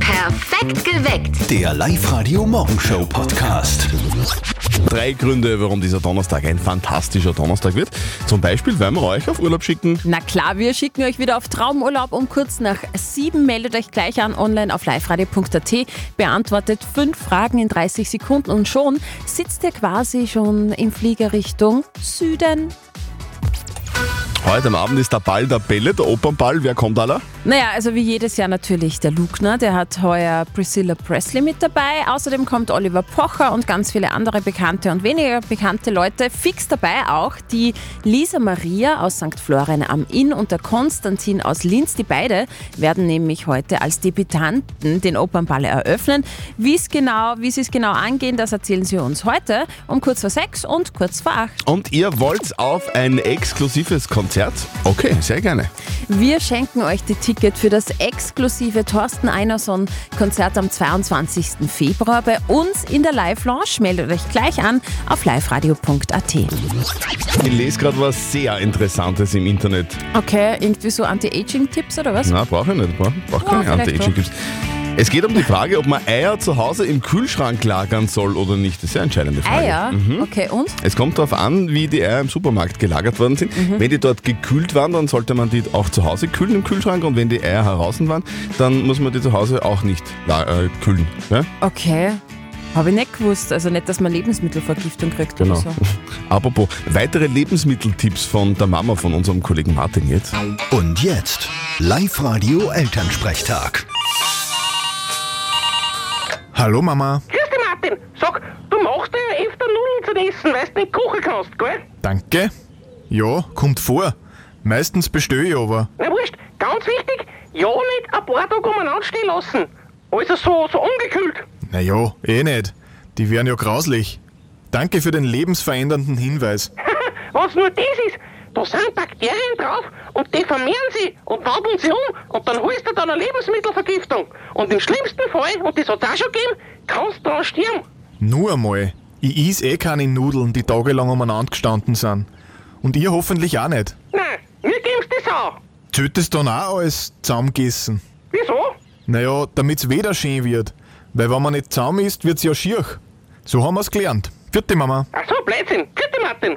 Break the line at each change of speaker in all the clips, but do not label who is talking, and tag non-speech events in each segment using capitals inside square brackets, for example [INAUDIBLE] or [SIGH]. Perfekt geweckt.
Der Live-Radio-Morgenshow-Podcast.
Drei Gründe, warum dieser Donnerstag ein fantastischer Donnerstag wird. Zum Beispiel, weil wir euch auf Urlaub schicken.
Na klar, wir schicken euch wieder auf Traumurlaub um kurz nach sieben. Meldet euch gleich an online auf liveradio.at, beantwortet fünf Fragen in 30 Sekunden und schon sitzt ihr quasi schon im Flieger Richtung Süden.
Heute am Abend ist der Ball der Bälle, der Opernball. Wer kommt aller?
Naja, also wie jedes Jahr natürlich der Lugner, der hat heuer Priscilla Presley mit dabei. Außerdem kommt Oliver Pocher und ganz viele andere bekannte und weniger bekannte Leute. Fix dabei auch die Lisa Maria aus St. Florian am Inn und der Konstantin aus Linz. Die beide werden nämlich heute als Debütanten den Opernball eröffnen. Wie's genau, wie sie es genau angehen, das erzählen sie uns heute um kurz vor sechs und kurz vor acht.
Und ihr wollt auf ein exklusives Konzert? Okay, sehr gerne.
Wir schenken euch die Ticket für das exklusive Thorsten Einerson Konzert am 22. Februar bei uns in der Live Lounge. Meldet euch gleich an auf liveradio.at.
Ich lese gerade was sehr Interessantes im Internet.
Okay, irgendwie so Anti-Aging-Tipps oder was?
Na, brauche ich nicht. Brauche brauch
Ja,
keine
Oh, vielleicht
Anti-Aging-Tipps. Es geht um die Frage, ob man Eier zu Hause im Kühlschrank lagern soll oder nicht. Das ist eine entscheidende Frage.
Eier? Ah, Okay, und?
Es kommt darauf an, wie die Eier im Supermarkt gelagert worden sind. Wenn die dort gekühlt waren, dann sollte man die auch zu Hause kühlen im Kühlschrank. Und wenn die Eier heraus waren, dann muss man die zu Hause auch nicht la- äh, kühlen. Ja?
Okay. Habe ich nicht gewusst. Also nicht, dass man Lebensmittelvergiftung kriegt oder so.
Genau. [LAUGHS] Apropos, weitere Lebensmitteltipps von der Mama von unserem Kollegen Martin jetzt.
Und jetzt Live-Radio Elternsprechtag.
Hallo Mama.
Grüß dich, Martin. Sag, du machst dir ja öfter Nudeln zum Essen, weil du nicht kochen kannst, gell?
Danke. Ja, kommt vor. Meistens bestelle ich aber.
Na wurscht, ganz wichtig, ja nicht ein paar Tage umeinander stehen lassen. Also so, so ungekühlt.
Naja, eh nicht. Die wären ja grauslich. Danke für den lebensverändernden Hinweis.
Was nur das ist, da sind Bakterien drauf und die vermehren sie und wandeln sie um und dann holst du dann eine Lebensmittelvergiftung. Und im schlimmsten Fall, und das hat auch schon gegeben, kannst du daran sterben.
Nur einmal. Ich is eh keine Nudeln, die tagelang umeinander gestanden sind. Und ihr hoffentlich auch nicht.
Nein, mir geben's das auch.
Tötest dann auch alles zusammengegessen.
Wieso?
Naja, damit's weder schön wird. Weil wenn man nicht zusammen isst, wird's ja schier. So haben wir's gelernt. Vierte Mama.
Ach so, Blödsinn. Grüß dich, Martin.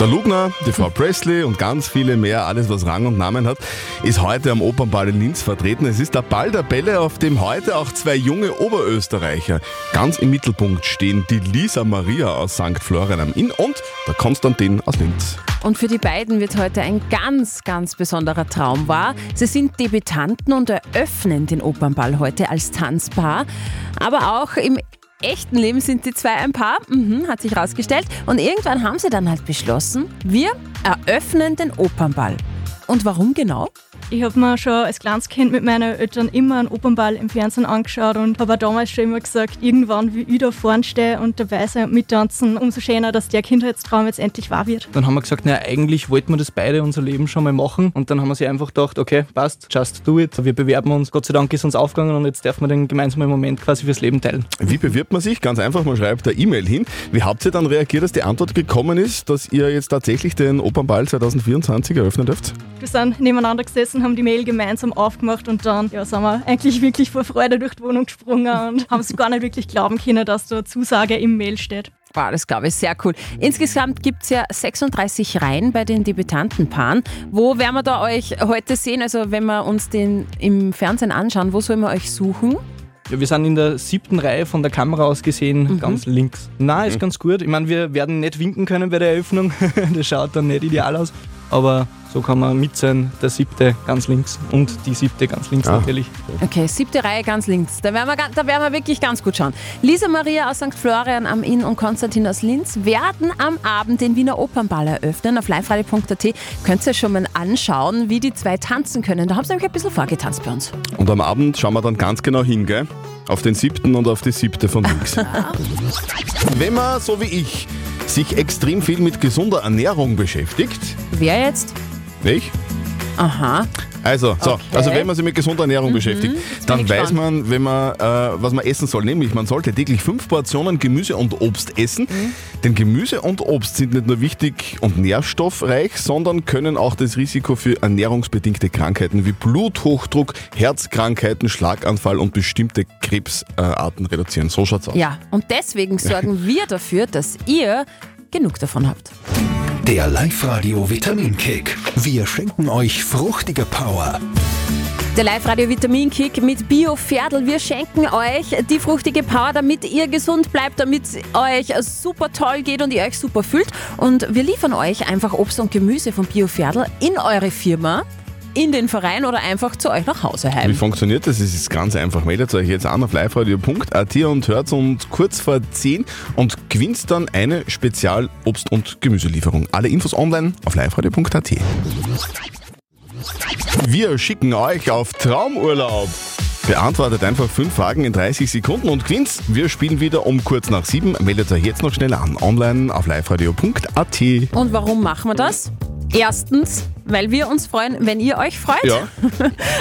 der Lugner, die Frau Presley und ganz viele mehr, alles was Rang und Namen hat, ist heute am Opernball in Linz vertreten. Es ist der Ball der Bälle, auf dem heute auch zwei junge Oberösterreicher ganz im Mittelpunkt stehen. Die Lisa Maria aus St. Florian am Inn und der Konstantin aus Linz.
Und für die beiden wird heute ein ganz, ganz besonderer Traum wahr. Sie sind Debütanten und eröffnen den Opernball heute als Tanzpaar. Aber auch im echten Leben sind die zwei ein Paar, mhm, hat sich rausgestellt. Und irgendwann haben sie dann halt beschlossen, wir eröffnen den Opernball. Und warum genau?
Ich habe mir schon als kleines Kind mit meinen Eltern immer einen Opernball im Fernsehen angeschaut und habe damals schon immer gesagt, irgendwann will ich da vorne stehen und dabei sein und mittanzen. Umso schöner, dass der Kindheitstraum jetzt endlich wahr wird.
Dann haben wir gesagt, naja, eigentlich wollten wir das beide unser Leben schon mal machen. Und dann haben wir sich einfach gedacht, okay, passt, just do it. Wir bewerben uns. Gott sei Dank ist uns aufgegangen und jetzt dürfen wir den gemeinsamen Moment quasi fürs Leben teilen.
Wie bewirbt man sich? Ganz einfach, man schreibt eine E-Mail hin. Wie habt ihr dann reagiert, dass die Antwort gekommen ist, dass ihr jetzt tatsächlich den Opernball 2024 eröffnen dürft?
Wir sind nebeneinander gesessen, haben die Mail gemeinsam aufgemacht und dann ja, sind wir eigentlich wirklich vor Freude durch die Wohnung gesprungen und haben es gar nicht wirklich glauben können, dass da eine Zusage im Mail steht.
Wow, das glaube ich sehr cool. Insgesamt gibt es ja 36 Reihen bei den Debütantenpaaren. Wo werden wir da euch heute sehen? Also wenn wir uns den im Fernsehen anschauen, wo sollen wir euch suchen?
Ja, wir sind in der siebten Reihe von der Kamera aus gesehen, ganz links. Na, ist ganz gut. Ich meine, wir werden nicht winken können bei der Eröffnung. [LAUGHS] das schaut dann nicht ideal aus. Aber so kann man mit sein. Der siebte ganz links und die siebte ganz links
Ah.
natürlich.
Okay, siebte Reihe ganz links. Da werden, wir, ga- da werden wir wirklich ganz gut schauen. Lisa Maria aus St. Florian am Inn und Konstantin aus Linz werden am Abend den Wiener Opernball eröffnen. Auf liveradio.at könnt ihr schon mal anschauen, wie die zwei tanzen können. Da haben sie nämlich ein bisschen vorgetanzt bei uns.
Und am Abend schauen wir dann ganz genau hin, gell? Auf den siebten und auf die siebte von links. Wenn man, so wie ich, sich extrem viel mit gesunder Ernährung beschäftigt,
Wer jetzt?
nicht?
Aha.
Also, so, also wenn man sich mit gesunder Ernährung beschäftigt, dann
Mhm. ich
weiß
gespannt.
man, wenn man, äh, was man essen soll. Nämlich, man sollte täglich fünf Portionen Gemüse und Obst essen.
Mhm.
Denn Gemüse und Obst sind nicht nur wichtig und nährstoffreich, sondern können auch das Risiko für ernährungsbedingte Krankheiten wie Bluthochdruck, Herzkrankheiten, Schlaganfall und bestimmte Krebsarten reduzieren. So schaut's aus.
Ja, und deswegen sorgen wir dafür, dass ihr genug davon habt.
Der Live-Radio Vitaminkick. Wir schenken euch fruchtige Power.
Der Live-Radio Vitamin Kick mit bio -Pferdl. Wir schenken euch die fruchtige Power, damit ihr gesund bleibt, damit es euch super toll geht und ihr euch super fühlt. Und wir liefern euch einfach Obst und Gemüse von bio -Pferdl in eure Firma, in den Verein oder einfach zu euch nach Hause
Wie
heim.
funktioniert das? Es ist ganz einfach. Meldet euch jetzt an auf liveradio.at und hört uns kurz vor 10 und gewinnt dann eine Spezial-Obst- und Gemüselieferung. Alle Infos online auf liveradio.at. Wir schicken euch auf Traumurlaub. Beantwortet einfach fünf Fragen in 30 Sekunden und gewinnt. Wir spielen wieder um kurz nach sieben. Meldet euch jetzt noch schnell an. Online auf liveradio.at.
Und warum machen wir das? Erstens, weil wir uns freuen, wenn ihr euch freut.
Ja.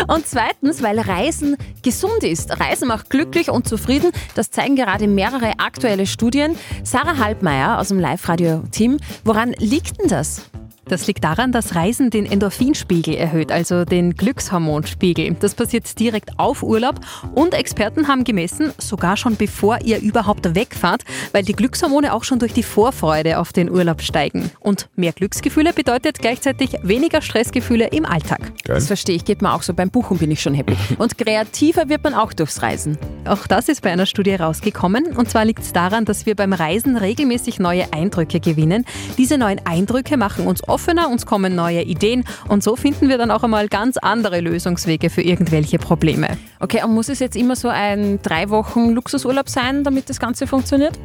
Und zweitens, weil Reisen gesund ist. Reisen macht glücklich und zufrieden. Das zeigen gerade mehrere aktuelle Studien. Sarah Halbmeier aus dem Live-Radio-Team. Woran liegt denn das?
Das liegt daran, dass Reisen den Endorphinspiegel erhöht, also den Glückshormonspiegel. Das passiert direkt auf Urlaub und Experten haben gemessen, sogar schon bevor ihr überhaupt wegfahrt, weil die Glückshormone auch schon durch die Vorfreude auf den Urlaub steigen. Und mehr Glücksgefühle bedeutet gleichzeitig weniger Stressgefühle im Alltag.
Das verstehe ich, geht mir auch so. Beim Buchen bin ich schon happy. Und kreativer wird man auch durchs Reisen.
Auch das ist bei einer Studie rausgekommen. Und zwar liegt es daran, dass wir beim Reisen regelmäßig neue Eindrücke gewinnen. Diese neuen Eindrücke machen uns offener, uns kommen neue Ideen und so finden wir dann auch einmal ganz andere Lösungswege für irgendwelche Probleme.
Okay, und muss es jetzt immer so ein drei Wochen Luxusurlaub sein, damit das Ganze funktioniert?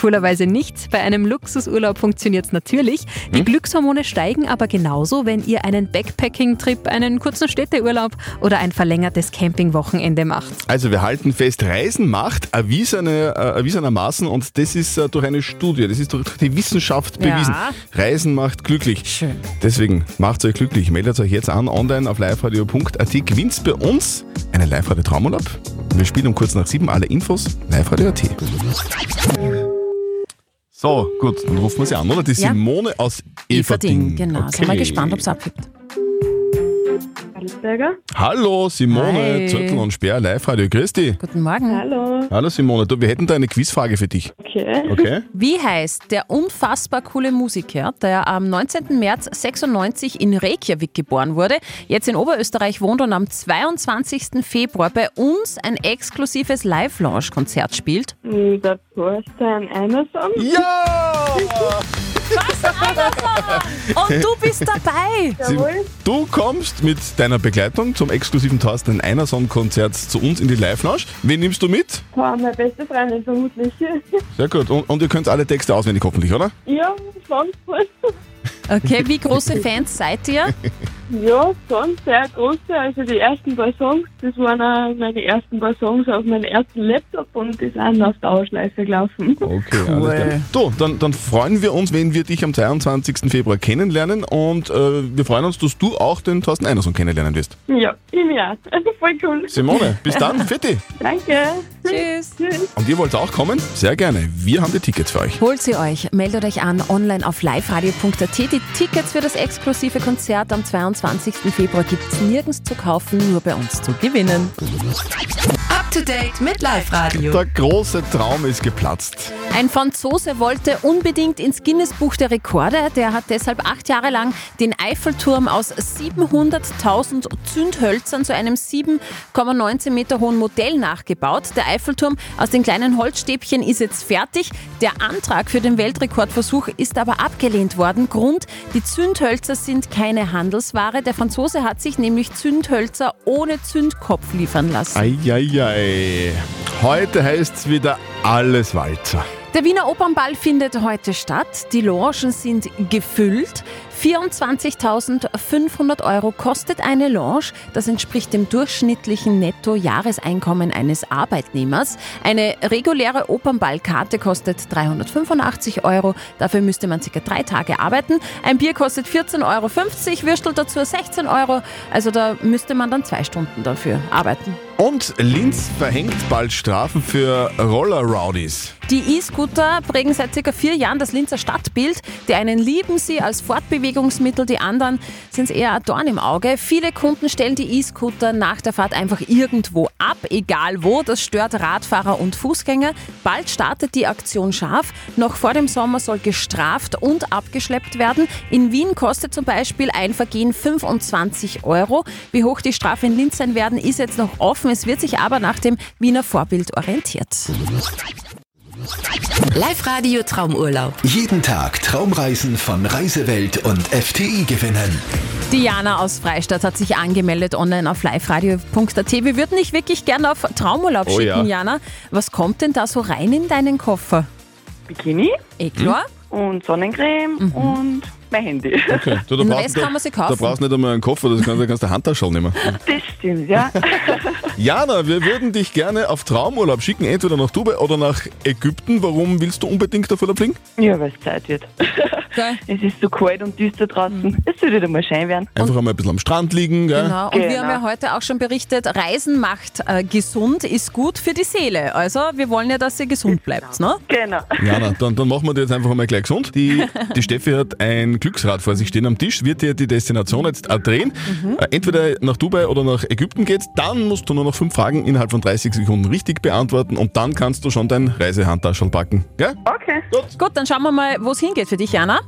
Coolerweise nicht. Bei einem Luxusurlaub funktioniert es natürlich. Die Glückshormone steigen aber genauso, wenn ihr einen Backpacking-Trip, einen kurzen Städteurlaub oder ein verlängertes Campingwochenende macht.
Also wir halten fest, Reisen macht erwiesene, äh, erwiesenermaßen und das ist äh, durch eine Studie, das ist durch die Wissenschaft
Ja.
bewiesen. Reisen macht glücklich.
Schön.
Deswegen macht's euch glücklich. Meldet euch jetzt an online auf liveradio.at. Gewinnt bei uns einen Live-Radio Traumurlaub. Wir spielen um kurz nach sieben alle Infos liveradio.at. So, gut, dann rufen wir sie an, oder? Die
Ja.
Simone aus Everding.
Everding, genau. Sind wir
Okay.
gespannt, ob es abhebt.
Salzberger?
Hallo Simone,
Hi.
Zürtel und Speer, Live-Radio, Christi.
Guten Morgen.
Hallo.
Hallo Simone, du, wir hätten da eine Quizfrage für dich.
Okay.
Okay?
[LAUGHS]
Wie heißt der unfassbar coole Musiker, der am 19. März 96 in Reykjavik geboren wurde, jetzt in Oberösterreich wohnt und am 22. Februar bei uns ein exklusives Live-Lounge-Konzert spielt?
Der Thorstein Einerson?
Ja!
Und du bist dabei!
Sie, du kommst mit deiner Begleitung zum exklusiven Thorsten Einerson-Konzert zu uns in die Live-Lounge. Wen nimmst du mit?
Boah, meine beste Freundin vermutlich. [LAUGHS]
Sehr gut. Und, und ihr könnt alle Texte auswendig hoffentlich, oder?
ja, sonst voll.
Okay, wie große Fans seid ihr?
Ja, schon sehr große. Also die ersten paar Songs, das waren auch meine ersten paar Songs auf meinem ersten Laptop und die sind auf der Ausschleife gelaufen.
Okay, alles klar. Du, dann, dann freuen wir uns, wenn wir dich am 22. Februar kennenlernen und äh, wir freuen uns, dass du auch den Thorsten Einerson kennenlernen wirst.
Ja, ich mir auch. Also voll cool.
Simone, bis dann,
[LAUGHS]
Fetti.
Danke.
Tschüss!
Und ihr wollt auch kommen? Sehr gerne. Wir haben die Tickets für euch.
Holt sie euch, meldet euch an online auf liveradio.at. Die Tickets für das exklusive Konzert am 22. Februar gibt es nirgends zu kaufen, nur bei uns zu gewinnen.
Up to date mit Live-Radio.
Der große Traum ist geplatzt.
Ein Franzose wollte unbedingt ins Guinness-Buch der Rekorde. Der hat deshalb acht Jahre lang den Eiffelturm aus 700.000 Zündhölzern zu einem 7,19 Meter hohen Modell nachgebaut. Der Eiffelturm aus den kleinen Holzstäbchen ist jetzt fertig. Der Antrag für den Weltrekordversuch ist aber abgelehnt worden. Grund, die Zündhölzer sind keine Handelsware. Der Franzose hat sich nämlich Zündhölzer ohne Zündkopf liefern lassen.
Eieiei. Heute heißt's wieder alles Walzer.
Der Wiener Opernball findet heute statt. Die Logen sind gefüllt. 24.500 Euro kostet eine Lounge. Das entspricht dem durchschnittlichen Netto-Jahreseinkommen eines Arbeitnehmers. Eine reguläre Opernballkarte kostet 385 Euro. Dafür müsste man circa drei Tage arbeiten. Ein Bier kostet 14,50 Euro, Würstel dazu 16 Euro. Also da müsste man dann zwei Stunden dafür arbeiten.
Und Linz verhängt bald Strafen für Roller-Rowdies.
Die E-Scooter prägen seit circa vier Jahren das Linzer Stadtbild. Die einen lieben sie als Fortbewegungsmittel, die anderen sind es eher ein Dorn im Auge. Viele Kunden stellen die E-Scooter nach der Fahrt einfach irgendwo ab, egal wo. Das stört Radfahrer und Fußgänger. Bald startet die Aktion scharf. Noch vor dem Sommer soll gestraft und abgeschleppt werden. In Wien kostet zum Beispiel ein Vergehen 25 Euro. Wie hoch die Strafe in Linz sein werden, ist jetzt noch offen. Es wird sich aber nach dem Wiener Vorbild orientiert.
Live-Radio Traumurlaub.
Jeden Tag Traumreisen von Reisewelt und FTI gewinnen.
Diana aus Freistadt hat sich angemeldet online auf liveradio.at. Wir würden dich wirklich gerne auf Traumurlaub
Oh
schicken,
ja.
Jana. Was kommt denn da so rein in deinen Koffer?
Bikini
Eh klar.
Hm?
und Sonnencreme und mein Handy.
Okay. Du, da
Den
brauchst-
Rest
da-
kann man sich kaufen.
Da brauchst du nicht einmal einen Koffer, das kannst, da kannst du eine Handtasche nehmen.
Das stimmt, ja.
Jana, wir würden dich gerne auf Traumurlaub schicken, entweder nach Dubai oder nach Ägypten. Warum willst du unbedingt auf Urlaub fliegen?
ja, weil es Zeit wird.
[LAUGHS]
Geil.
es ist so kalt und düster
Mhm.
draußen. Es wird wieder mal schön werden.
Einfach einmal ein bisschen am Strand liegen, gell?
Genau. Und wir
Genau.
haben ja heute auch schon berichtet, Reisen macht äh, gesund, ist gut für die Seele. Also wir wollen ja, dass ihr gesund bleibt. Ne?
Genau.
Jana, dann, dann machen wir dir jetzt einfach mal gleich gesund. Die, die Steffi hat ein Glücksrad vor sich stehen am Tisch, wird dir die Destination jetzt auch drehen.
Mhm.
Äh, Entweder nach Dubai oder nach Ägypten geht's, dann musst du nur noch fünf Fragen innerhalb von 30 Sekunden richtig beantworten und dann kannst du schon dein Reisehandtaschel packen. Gell?
Okay.
Gut, dann schauen wir mal, wo es hingeht für dich, Jana.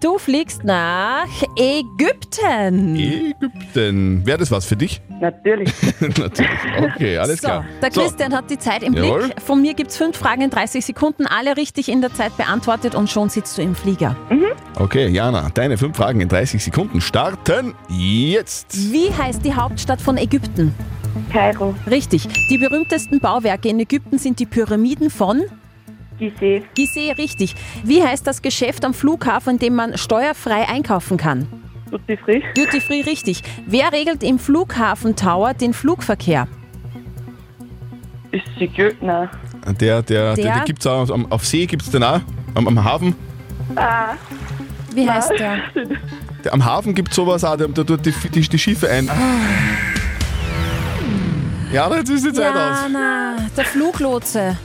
Du fliegst nach Ägypten.
Ägypten. Wäre das was für dich? [LAUGHS]
Natürlich.
Natürlich. Okay, alles
So,
klar.
der Christian hat die Zeit im
Jawohl.
Blick. Von mir gibt es fünf Fragen in 30 Sekunden, alle richtig in der Zeit beantwortet und schon sitzt du im Flieger.
So, okay, Jana, deine fünf Fragen in 30 Sekunden starten jetzt.
Wie heißt die Hauptstadt von Ägypten?
Kairo,
Richtig. Die berühmtesten Bauwerke in Ägypten sind die Pyramiden von
Gizeh,
Gizeh, richtig. Wie heißt das Geschäft am Flughafen, in dem man steuerfrei einkaufen kann?
Tutti Free,
Duty Free, richtig. Wer regelt im Flughafen Tower den Flugverkehr?
ist sie gut? Nein.
Der, der, der,
Der-
der gibt's auch am, auf See, gibt's den auch, am, am Hafen.
Wie heißt der?
Am Hafen gibt es sowas auch, da da tut die, die, die Schiffe ein. Ja, jetzt ist die Zeit aus.
Jana, der Fluglotse.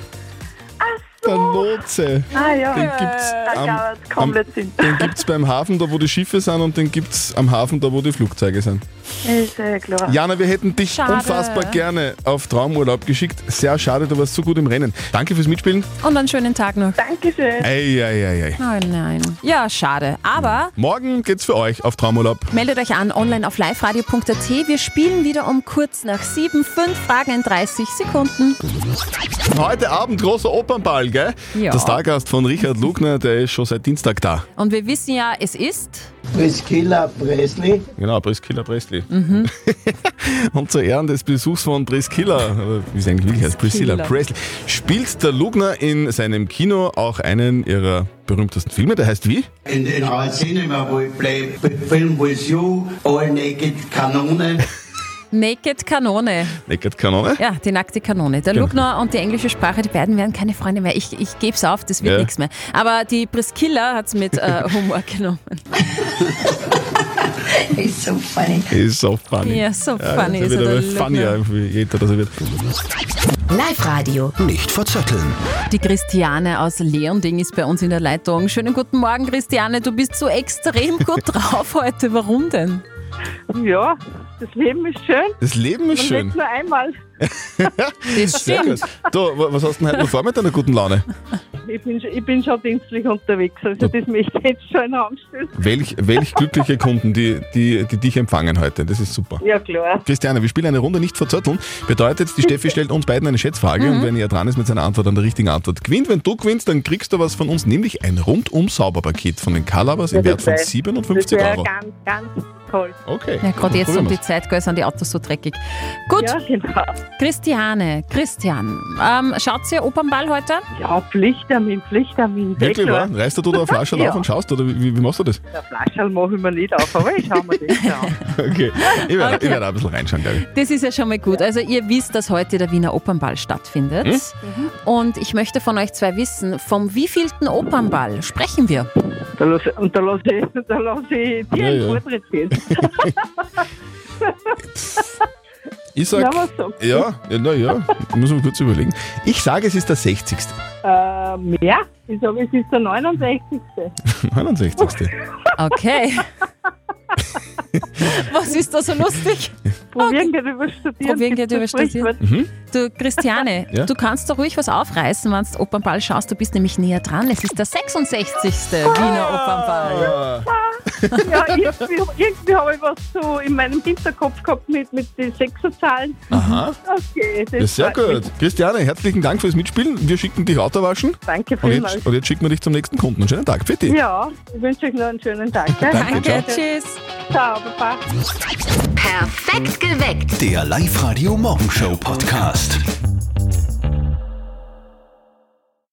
Der Lotse,
Ah ja, Ah,
den gibt's am,
aber es komplett Sinn.
den gibt's beim Hafen, da wo die Schiffe sind und den gibt's am Hafen, da wo die Flugzeuge sind.
Ist ja klar.
Jana, wir hätten dich
Schade.
unfassbar gerne auf Traumurlaub geschickt. Sehr schade, du warst so gut im Rennen. Danke fürs Mitspielen.
Und einen schönen Tag noch.
Dankeschön.
Ei, ei, ei, ei.
Oh nein. Ja, schade. Aber
Morgen geht's für euch auf Traumurlaub.
meldet euch an online auf liveradio.at. Wir spielen wieder um kurz nach sieben. Fünf Fragen in 30 Sekunden.
Heute Abend großer Opernball, gell?
Ja.
Der Stargast von Richard Lugner, der ist schon seit Dienstag da.
Und wir wissen ja, es ist.
Priscilla Presley.
Genau, Priscilla Presley.
Mhm.
[LAUGHS] und zu Ehren des Besuchs von Priscilla, oder wie sie eigentlich wirklich heißt, Priscilla Presley, spielt der Lugner in seinem Kino auch einen ihrer berühmtesten Filme, der heißt wie?
In, in our cinema we play b- film with you, all naked Kanone.
Naked Kanone.
Naked Kanone.
Ja, die nackte Kanone. Der
Genau.
Lugner und die englische Sprache, die beiden werden keine Freunde mehr. Ich, ich gebe es auf, das wird
Ja.
nichts mehr. Aber die Priscilla hat es
[LAUGHS]
mit äh, Humor genommen.
It's so funny.
Ist so funny.
Ja, so funny
ist
ist er,
er
der
wieder funnier, wie jeder, dass er wird.
Live-Radio.
Nicht verzetteln.
Die Christiane aus Leonding ist bei uns in der Leitung. Schönen guten Morgen, Christiane. Du bist so extrem gut [LAUGHS] drauf heute. Warum denn?
Ja, das Leben ist schön.
Das Leben ist
Schön.
schön.
Nicht nur einmal.
[LAUGHS] Das stimmt.
Du, wa- was hast du denn heute noch vor mit deiner guten Laune?
Ich bin, schon- ich bin schon dienstlich unterwegs, also das möchte ich jetzt schon in den Raum stellen.
Welch, welch glückliche Kunden, die, die, die dich empfangen heute. Das ist super.
Ja, klar.
Christiane, wir spielen eine Runde nicht verzötteln. Bedeutet, die Steffi stellt uns beiden eine Schätzfrage
Mhm.
und wenn ihr dran ist mit seiner Antwort an der richtigen Antwort gewinnt. Wenn du gewinnst, dann kriegst du was von uns, nämlich ein rundum Sauberpaket von den Kalabas im Wert von
wär-
57
das wäre
Euro.
ganz, ganz
toll.
Okay.
Ja, gerade jetzt um
probieren
die Zeit gell, sind die Autos so dreckig. Gut. Ja,
genau.
Christiane, Christian, ähm, schaut ihr Opernball heute?
Ja, Pflichtermin, Pflichtermin.
Wirklich wahr? Reißt du da eine Flasche
Ja.
auf und schaust? Oder wie, wie machst
[LAUGHS]
du das?
Der Flascherl mache ich mir nicht auf, aber ich schau mir das an.
Okay. Ich werde
Okay.
ich werd auch ein bisschen reinschauen, glaube ich.
Das ist ja schon mal gut. Also ihr wisst, dass heute der Wiener Opernball stattfindet.
Hm?
Mhm.
Und ich möchte von euch zwei wissen, vom wievielten Opernball sprechen wir?
Da lass, und da lasse ich, da lass ich dir
Ja,
einen
ja.
Vortritt gehen.
Ich sag,
Na, was sagst du?
ja, ja, na ja, ich muss mir kurz überlegen. Ich sage, es ist der 60. [LAUGHS]
Äh, mehr? Ich sage, es ist der 69.
69.
[LAUGHS]
Okay. Was ist da so lustig?
Probieren geht über Studieren.
Probieren geht
gibt's
über
das Mhm. Sprichwort.
Studieren. Mhm. Du,
[LAUGHS]
Christiane,
Ja?
du kannst doch ruhig was aufreißen, wenn du Opernball schaust. Du bist nämlich näher dran. Es ist der 66. Wiener Opernball.
Ja, irgendwie, irgendwie habe ich was so in meinem Hinterkopf gehabt mit, mit den Sechserzahlen.
Aha.
Okay, das
Ja, sehr
freut mich.
gut. Christiane, herzlichen Dank fürs Mitspielen. Wir schicken dich Auto waschen.
Danke
Und
vielmals.
jetzt, und jetzt schicken wir dich zum nächsten Kunden. Einen schönen Tag. Fitti.
Ja, ich wünsche euch noch einen schönen Tag. gell?
Danke,
Danke, tschüss.
Ciao, Baba.
Perfekt geweckt.
Der Live-Radio Morgenshow Podcast.